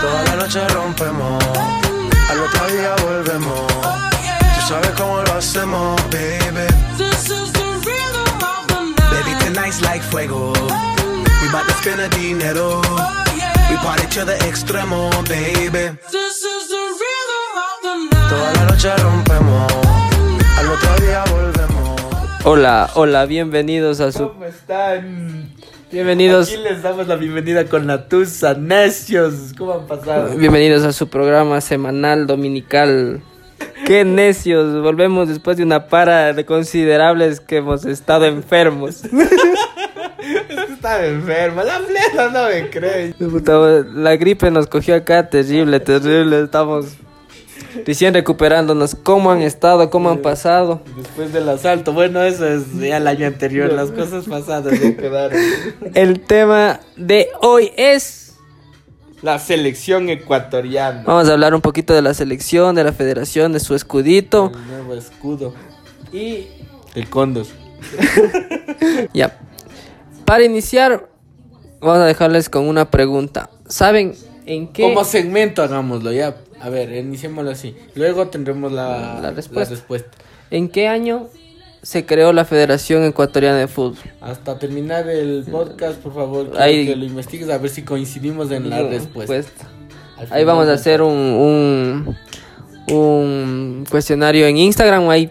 Toda la noche rompemos, al otro día volvemos. Tú sabes cómo lo hacemos, baby. Baby, tonight's like fuego. We bout to spend a dinero. We party to the extremo, baby. Toda la noche rompemos, al otro día volvemos. Hola, hola, bienvenidos a su... ¿Cómo están? Bienvenidos, Aquí les damos la bienvenida con la tusa, necios. ¿Cómo han pasado? bienvenidos a su programa semanal dominical. Qué necios, volvemos después de una para de considerables que hemos estado enfermos. Estaba enferma, la plena no me creen. Puta, La gripe nos cogió acá, terrible, terrible, estamos recién recuperándonos. ¿Cómo han estado? ¿Cómo han pasado? Después del asalto, bueno, eso es ya el año anterior, las cosas pasadas ya quedaron. El tema de hoy es... La selección ecuatoriana, Vamos a hablar un poquito de la selección, de la federación, de su escudito. el nuevo escudo, Y Oh. el cóndor. Ya. Para iniciar, vamos a dejarles con una pregunta. ¿Saben en qué? Como segmento, hagámoslo ya. A ver, iniciémoslo así. Luego tendremos la, La respuesta. la respuesta. ¿En qué año se creó la Federación Ecuatoriana de Fútbol? Hasta terminar el podcast, por favor, quiero Ahí- que lo investigues a ver si coincidimos en la respuesta. Respuesta. Al Pues, Ahí final, vamos a hacer un, un, un cuestionario en Instagram. Ahí,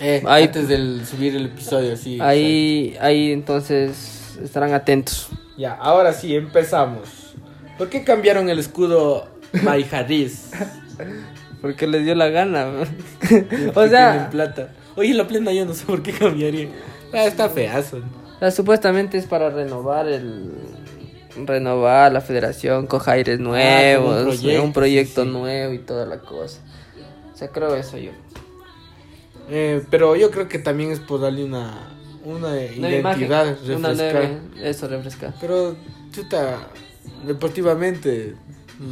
eh, ahí- antes del subir el episodio, sí. ahí, ahí entonces estarán atentos. exacto. Ya, ahora sí, empezamos. ¿Por qué cambiaron el escudo by Harris? Porque les dio la gana. o Porque tienen sea, plata. Oye, la plena yo no sé por qué cambiaría. Ah, está feazo. o sea, Ah, supuestamente es para renovar el renovar la federación, coja aires nuevos, un proyecto, Ah, proyecto, sí, sí. nuevo y toda la cosa. O sea, creo eso yo. Eh, pero yo creo que también es por darle una, una Nueva identidad, imagen, refrescar. una nueva- eso refrescar. Pero, chuta, deportivamente,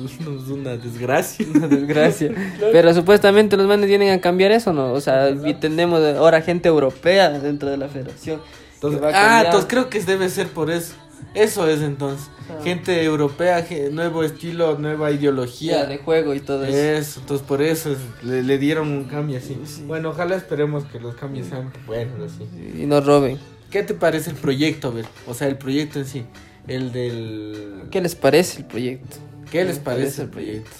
es una desgracia. Desgracia. Pero supuestamente los manes vienen a cambiar eso, ¿no? O sea, y tenemos ahora gente europea dentro de la federación. Entonces, va a ah, cambiar. entonces creo que debe ser por eso. Eso es entonces. Ah. Gente europea, ge- nuevo estilo, nueva Ya, ideología. de juego y todo eso. Eso, entonces por eso es- le, le dieron un cambio así. Bueno, ojalá esperemos que los cambios sean buenos así. Y nos roben. ¿Qué te parece el proyecto, a ver? O sea, el proyecto en sí. El del... ¿Qué les parece el proyecto? ¿Qué les parece el proyecto?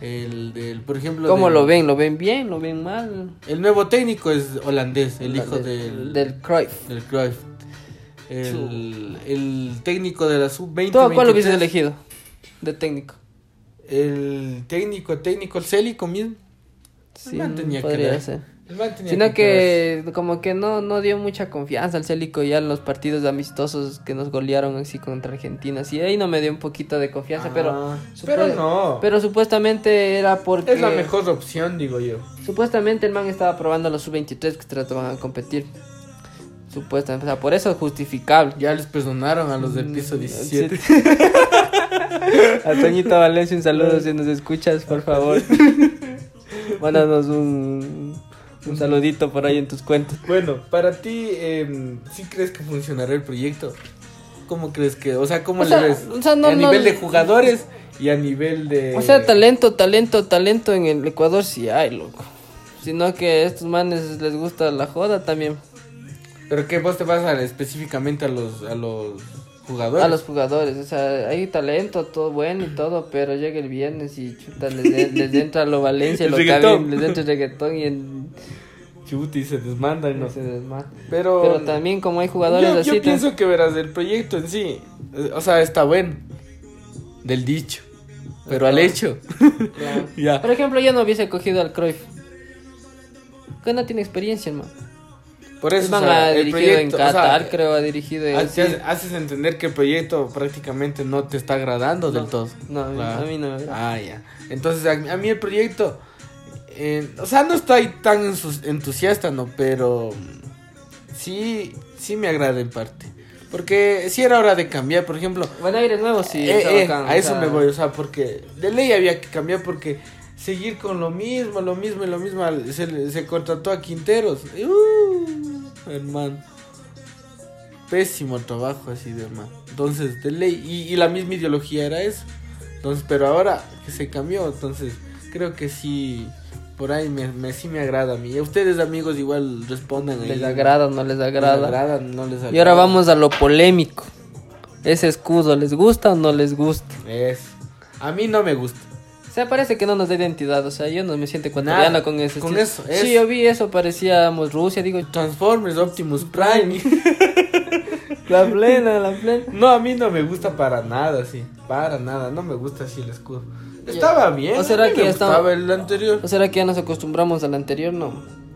El del, por ejemplo... ¿Cómo del- lo ven? ¿Lo ven bien? ¿Lo ven mal? El nuevo técnico es holandés, el hijo De- del... Del Cruyff. del Cruyff. El, el técnico de la sub-20. ¿Tú a cuál lo hubieses 23, elegido? De técnico. El técnico, técnico, el Célico mismo. Sí, man tenía que podría ver. ser. El man tenía Sino quedarse. que como que no, no dio mucha confianza al Célico ya en los partidos amistosos que nos golearon así contra Argentina. Sí, ahí no me dio un poquito de confianza, pero... Ah, supuesta- pero no. Pero supuestamente era porque... es la mejor opción, digo yo. Supuestamente el man estaba probando a los sub-23 que trataban a competir. Supuestamente, o sea, por eso es justificable. Ya les perdonaron a los Mm, del piso 17. A Toñito Valencia, un saludo si nos escuchas, por favor. Mándanos un, un saludito por ahí en tus cuentas. Bueno, para ti, eh, ¿sí crees que funcionará el proyecto? ¿Cómo crees que? O sea, ¿cómo O le sea, ves? o sea, no- a no- nivel de jugadores y a nivel de. O sea, talento, talento, talento en el Ecuador sí hay, loco. Sino que a estos manes les gusta la joda también. Pero que vos te vas a- específicamente a los, a los jugadores. A los jugadores, o sea, hay talento, todo bueno y todo, pero llega el viernes y chuta, les, de- les entra lo Valencia, El lo reggaetón. Cabin, les entra el reggaetón y en- Chuti se desmandan, no se desma- Pero, Pero también como hay jugadores yo, así, yo tan- pienso que verás el proyecto en sí. eh, O sea, está bueno. Del dicho. Pero al hecho. claro. ya. Por ejemplo, yo no hubiese cogido al Cruyff. Que no tiene experiencia, hermano. Por eso El man Pues, o sea, ha el dirigido en proyecto. o sea, Qatar, creo, ha dirigido en... haces, Ah, haces entender que el proyecto prácticamente no te está agradando del todo. No, a mí- Claro. a mí no me agrada. Ah, ya. Entonces, a, a mí el proyecto. eh, o sea, no estoy tan ensus- entusiasta, ¿no? Pero. mm, Sí, sí me agrada en parte. Porque sí era hora de cambiar, por ejemplo. Van a ir de nuevo, sí. Eh, está eh, bacán, a o eso sea, me voy, o sea, porque de ley había que cambiar porque seguir con lo mismo, lo mismo y lo mismo. Al- Se, le- se contrató a Quinteros. Uh, hermano. Pésimo trabajo así de hermano. Entonces, de ley. Y, y la misma ideología era eso. Entonces, pero ahora que se cambió, entonces creo que sí. Por ahí me, me- sí me agrada a mí. Y a ustedes, amigos, igual respondan. ahí. Les agrada, no les agrada. Les agrada, no les agrada. Y ahora vamos a lo polémico. ¿Ese escudo les gusta o no les gusta? Es. A mí no me gusta. O sea, parece que no nos da identidad, o sea, yo no me siento ecuatoriano Nada, con ese con estilo. eso, es- Sí, yo vi eso, parecíamos Rusia, digo, Transformers, Optimus Prime. la plena, la plena. No, a mí no me gusta para nada, sí. Para nada, no me gusta así el escudo. Estaba bien. ¿O será a mí que me ya estaba- gustaba el anterior? ¿O será que ya nos acostumbramos al anterior? No.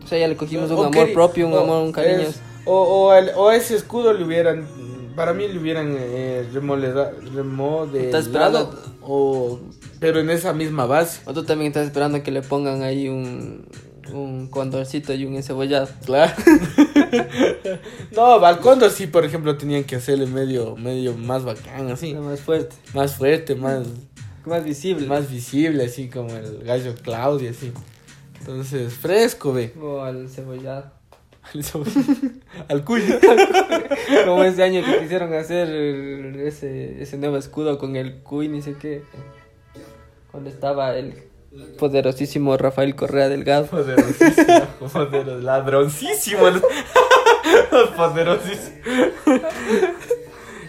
O sea, ya le cogimos un O amor queri- propio, un o amor, un cariño. es- o, o el- o ese escudo le hubieran. Para mí le hubieran eh, remoleda- Está remodelado. esperando- O, pero en esa misma base. O tú también estás esperando que le pongan ahí un, un condorcito y un encebollado. Claro. no, Balcondo sí, por ejemplo, tenían que hacerle medio, medio más bacán, así. Lo más fuerte, Más fuerte, más, más visible. más visible, así como el gallo Claudio, así. Entonces, fresco, ve. O al encebollado. Al sabor- Al cuyo. Como ese año que quisieron hacer eh, ese, ese nuevo escudo con el cuy, ni sé qué. Cuando estaba el poderosísimo Rafael Correa Delgado. Poderosísimo, poderos, ladroncísimo. Poderosísimo.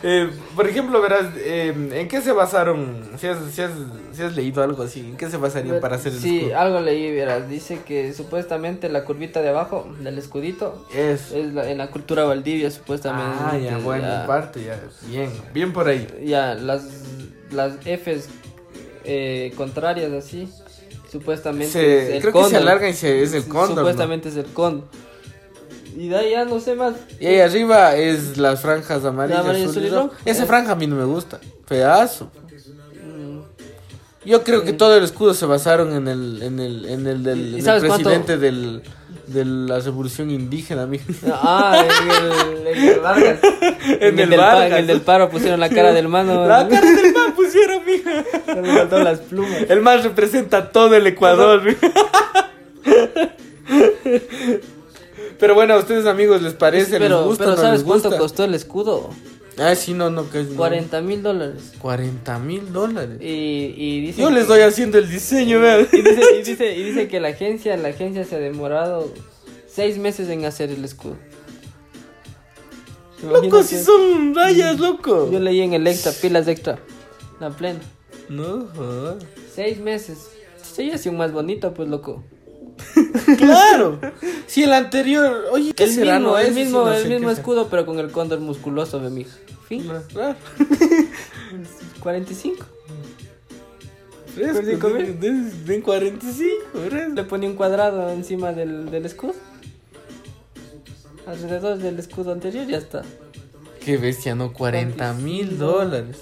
Eh, por ejemplo, verás, eh, ¿en qué se basaron? Si has, si has- si has leído algo así, ¿en qué se basarían para hacer el sí, escudo? algo leí, verás. Dice que supuestamente la curvita de abajo del escudito Eso. es la- en la cultura Valdivia, supuestamente. Ah, ya, bueno, ya- parte, ya. Bien, bien por ahí. Ya, las, las Fs eh, contrarias así, supuestamente Se- es el creo que se cóndor. alarga y se- es el cóndor. ¿no? Supuestamente es el cóndor. Y de ahí ya no sé más. Y ahí arriba es las franjas amarillas. amarilla, azul y azul y rojo. rojo. Esa Eh. franja a mí no me gusta. Pedazo. Mm, Yo creo que todo el escudo se basaron en el, en el, en el del ¿Y en el sabes cuánto? presidente del, de la revolución indígena, mijo. Ah, en el, en el Vargas. En el del pa- Vargas. en el del paro pusieron la cara del mano. La cara del man pusieron, mijo. Se le faltaron las plumas. El man representa todo el Ecuador, mijo. Pero bueno, a ustedes amigos les parece, pero, les gusta, pero no ¿sabes les gusta. cuánto costó el escudo? Ah, sí, no, no, que 40 mil dólares. 40 mil dólares. Y, y dicen Yo les que- doy haciendo el diseño, vean. Y dice, y dice, y dice que la agencia, la agencia se ha demorado seis meses en hacer el escudo. Loco, Imagínate. si son rayas, loco. Yo leí en el extra, pilas extra, la plena. No, joder. Seis meses. Sí, ha sido más bonito, pues loco. Claro. Si el anterior, oye, ¿qué El será, mismo, no? el Ese sí mismo, no el sé mismo qué escudo, pero con el cóndor musculoso de mi hija. Fin, será. Ah, 45. fresco, Pues sí, come. den- den- den 45, fresco. Le ponía un cuadrado encima del, del escudo. Alrededor del escudo anterior ya está. Qué bestia, no, 40 mil 45 dólares.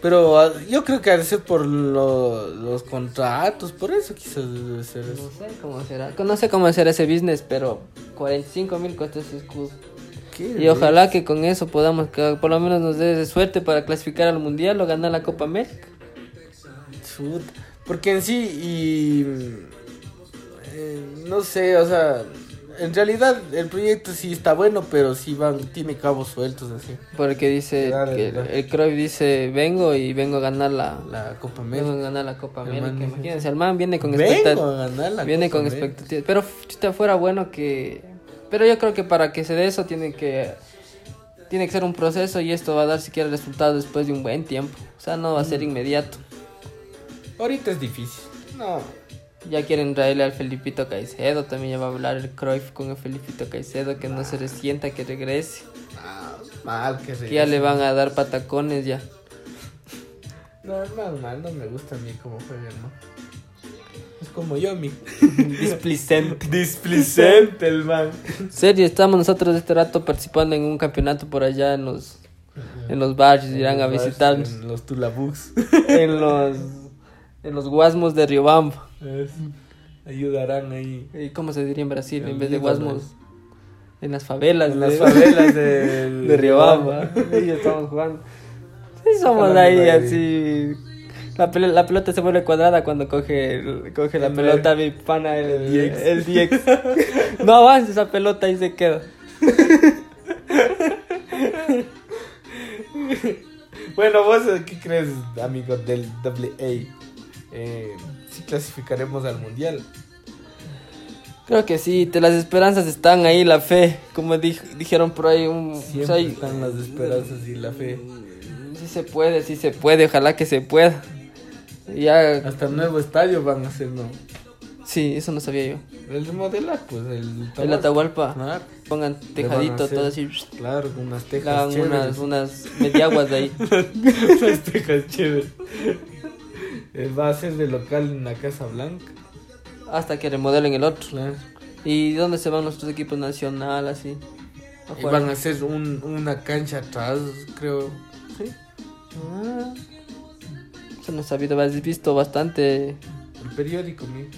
Pero ah, yo creo que ha de ser por lo- los contratos, por eso quizás debe ser No eso. sé cómo será. No sé cómo será ese business, pero 45 mil costó ese escudo. Qué Y bestia. ojalá que con eso podamos, que por lo menos nos dé suerte para clasificar al mundial o ganar la Copa América. Chuta. Porque en sí, y. eh, no sé, o sea. En realidad, el proyecto sí está bueno, pero sí van, tiene cabos sueltos así. Porque dice, Dale, que dale. el Cruyff dice, vengo y vengo a ganar la, La Copa vengo América. a ganar la Copa El América. man dice- Imagínense, el man viene con Vengo expectativas. a ganar la Viene Copa con América. expectativas. Pero chuta, fuera bueno que... Pero yo creo que para que se dé eso tiene que... Tiene que ser un proceso y esto va a dar siquiera resultados después de un buen tiempo. O sea, no va a ser Mm. inmediato. Ahorita es difícil. No. Ya quieren traerle al Felipito Caicedo, también ya va a hablar el Cruyff con el Felipito Caicedo, que no se resienta, que regrese. Ah, mal que Que ya le van a dar patacones ya. No, mal, mal, no me gusta a mí cómo juega, ¿no? Es como yo, mi. Displicente. Displicente el man. Serio, estamos nosotros este rato participando en un campeonato por allá en los, en los barrios, Pues irán a visitarnos. En Los Tulabugs. En los, en los guasmos de Riobamba. Es- Ayudarán ahí. ¿Y ¿Cómo se diría en Brasil? En vez de Ayúdanos. guasmos, en las favelas. En las de- favelas del- de Riobamba. Ellos estaban jugando. Sí, somos Ojalá ahí que vaya así. La, pel- la pelota se vuelve cuadrada cuando coge, el- coge la El pelota mi pana, el, El DX. el DX. No avanza esa pelota y se queda. Bueno, vos, ¿qué crees, amigo del WA? Eh, si clasificaremos al mundial. Creo que sí, te, las esperanzas están ahí, la fe. Como dij- dijeron por ahí, un, Siempre o sea, Pues hay- están las esperanzas y la fe. Sí se puede, sí se puede, ojalá que se pueda. Ya, Hasta el nuevo estadio van a ser, ¿no? sí, eso no sabía yo. El modelar, pues, el El Atahualpa, Claro, pongan tejadito, hacer- todo así. claro, con unas Le tejas hagan unas, chéveres. unas mediaguas de ahí. unas tejas chéveres. Eh, Va a ser de local en la Casa Blanca. Hasta que remodelen el otro. Claro. ¿Y dónde se van nuestros equipos nacional así? A Y jugar. van a hacer un, una cancha atrás, creo. Sí. Ah. Eso no he sabido, has visto bastante. El periódico, mijo.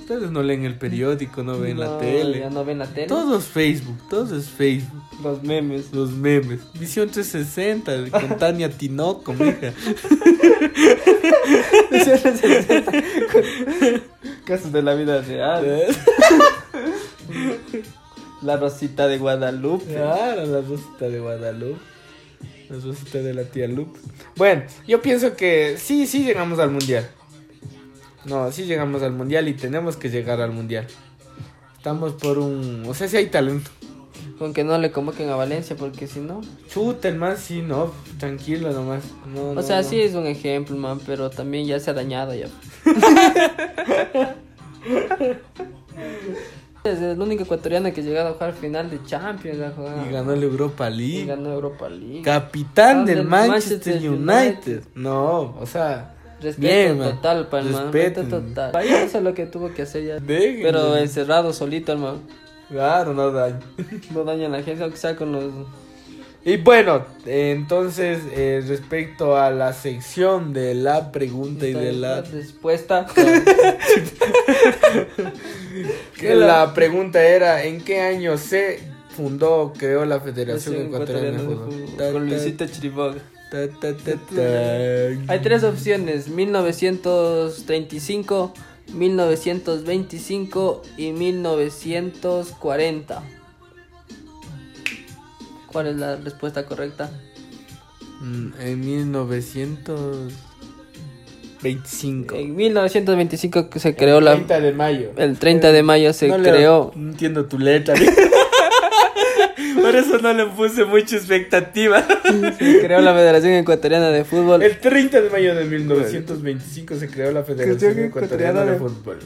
Ustedes no leen el periódico, no ven la No, tele. Ya no ven la tele. Todo es Facebook, todo es Facebook. Los memes. Los memes. Visión 360 con Tania Tinoco, mija. Casos de la vida real. La Rosita de Guadalupe. Claro, la rosita de Guadalupe. La rosita de la tía Lupe. Bueno, yo pienso que sí, sí llegamos al mundial. No, sí llegamos al mundial y tenemos que llegar al mundial. Estamos por un. O sea, si hay talento. Con que no le convoquen a Valencia, porque si no. Chuta, el más, sí, no. Tranquilo nomás. No, O no, sea, no. sí es un ejemplo, man, pero también ya se ha dañado ya. es el único ecuatoriano que ha llegado a jugar final de Champions. ha jugado. Y ganó la Europa League. Y ganó Europa League. Capitán del Del Manchester, Manchester United. No, o sea, Respeto bien, man. total, para el man. Respeto. Respeto total. Ahí Eso es lo que tuvo que hacer ya. Déjenlo. Pero encerrado solito, hermano. claro, no daño. No dañan a la gente, aunque sea con los. Y bueno, eh, entonces, eh, respecto a la sección de la pregunta y de la. respuesta. que la pregunta era: ¿en qué año se fundó, creó la Federación Federación Ecuatoriana de Ecuatoriana de Fútbol? Fútbol, Con Luisito Chiriboga. Ta, ta, ta, ta. Hay tres opciones, 1935, 1925 y 1940. ¿Cuál es la respuesta correcta? Mm, En 1925. En 1925 que se creó la... 30 de mayo. El 30 de mayo se No leo- creó... no entiendo tu letra. Por eso no le puse mucha expectativa. Se creó la Federación Ecuatoriana de Fútbol. El 30 de mayo de 1925 se creó la Federación Cuestión Ecuatoriana de Fútbol.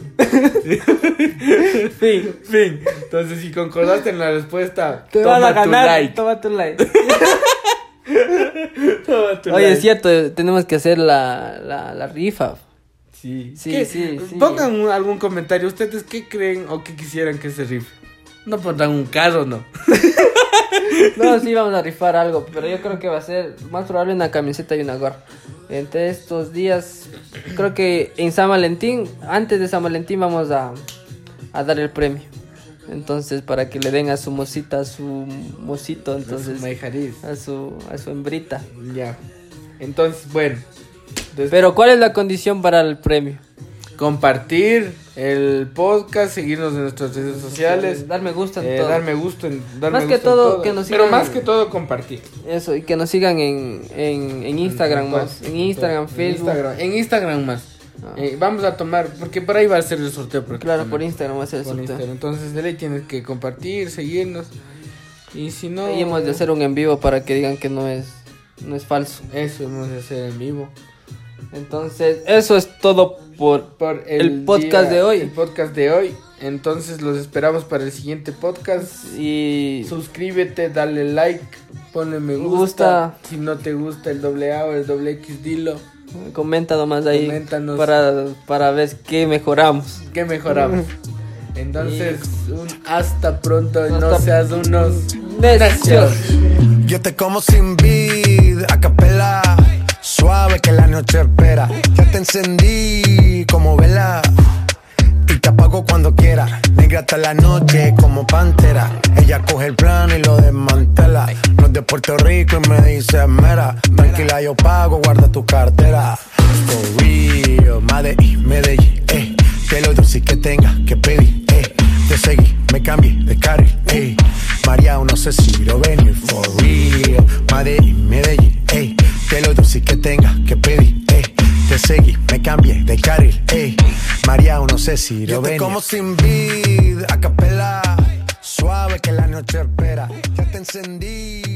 Fin. Fin. Entonces, si concordaste en la respuesta, Te toma van a tu ganar. like. Toma tu like. Toma tu Oye, like. es cierto, tenemos que hacer la, la, la rifa. Sí, Sí, ¿Qué? sí, sí. Pongan un- algún comentario. ¿Ustedes qué creen o qué quisieran que se rife? No pondrán un carro, no. No, sí vamos a rifar algo, pero yo creo que va a ser más probable una camiseta y una gorra. Entre estos días, creo que en San Valentín, antes de San Valentín vamos a, a dar el premio. Entonces, para que le den a su mosita, a su mosito, entonces, Majariz. a su, a su hembrita. Ya. Entonces, bueno. Entonces, Pero, ¿cuál es la condición para el premio? compartir el podcast, seguirnos en nuestras redes sociales, Dar me gusta en eh, todo. dar me gusto en dar Más me que gusta en todo, que nos pero sigan- más que todo compartir. Eso, y que nos sigan en, en, en Instagram En más. todo, En Instagram, todo. Facebook. En Instagram, en Instagram más. Ah. Eh, vamos a tomar, porque por ahí va a ser el sorteo. Claro, por prácticamente. Instagram va a ser el Por sorteo. Instagram. Entonces, de ley tienes que compartir, seguirnos. Y si no. Ahí hemos de hacer un en vivo para que digan que no es, no es falso. Eso hemos de hacer en vivo. Entonces, eso es todo por... Por El podcast de hoy. El podcast de hoy. Entonces, los esperamos para el siguiente podcast. Y... Suscríbete, dale like, ponle me Me gusta. gusta. Si no te gusta el doble A o el doble X, dilo. Comenta nomás ahí Coméntanos. para, para ver qué mejoramos. Que mejoramos. Entonces, un hasta pronto. no seas unos. Necios. Yo te como sin vid, a capela, suave que la noche espera. Ya te encendí como vela y te te apago cuando quiera. Negra hasta la noche como pantera. Ella coge el plan y lo desmantela. No es de Puerto Rico y me dice mera. Tranquila, yo pago, guarda tu cartera. For real, Medellín, Medellín, eh. Que lo otro sí que tenga que pedir, eh. Te seguí, me cambié de carril, eh. María, no sé si lo venir. For real, Medellín, Medellín, eh. Que lo otro sí que tenga que pedir, eh. Te seguí, me cambié de carril, ey. María, no sé si lo ven. como sin vid, a capela. Suave que la noche espera. Ya te encendí,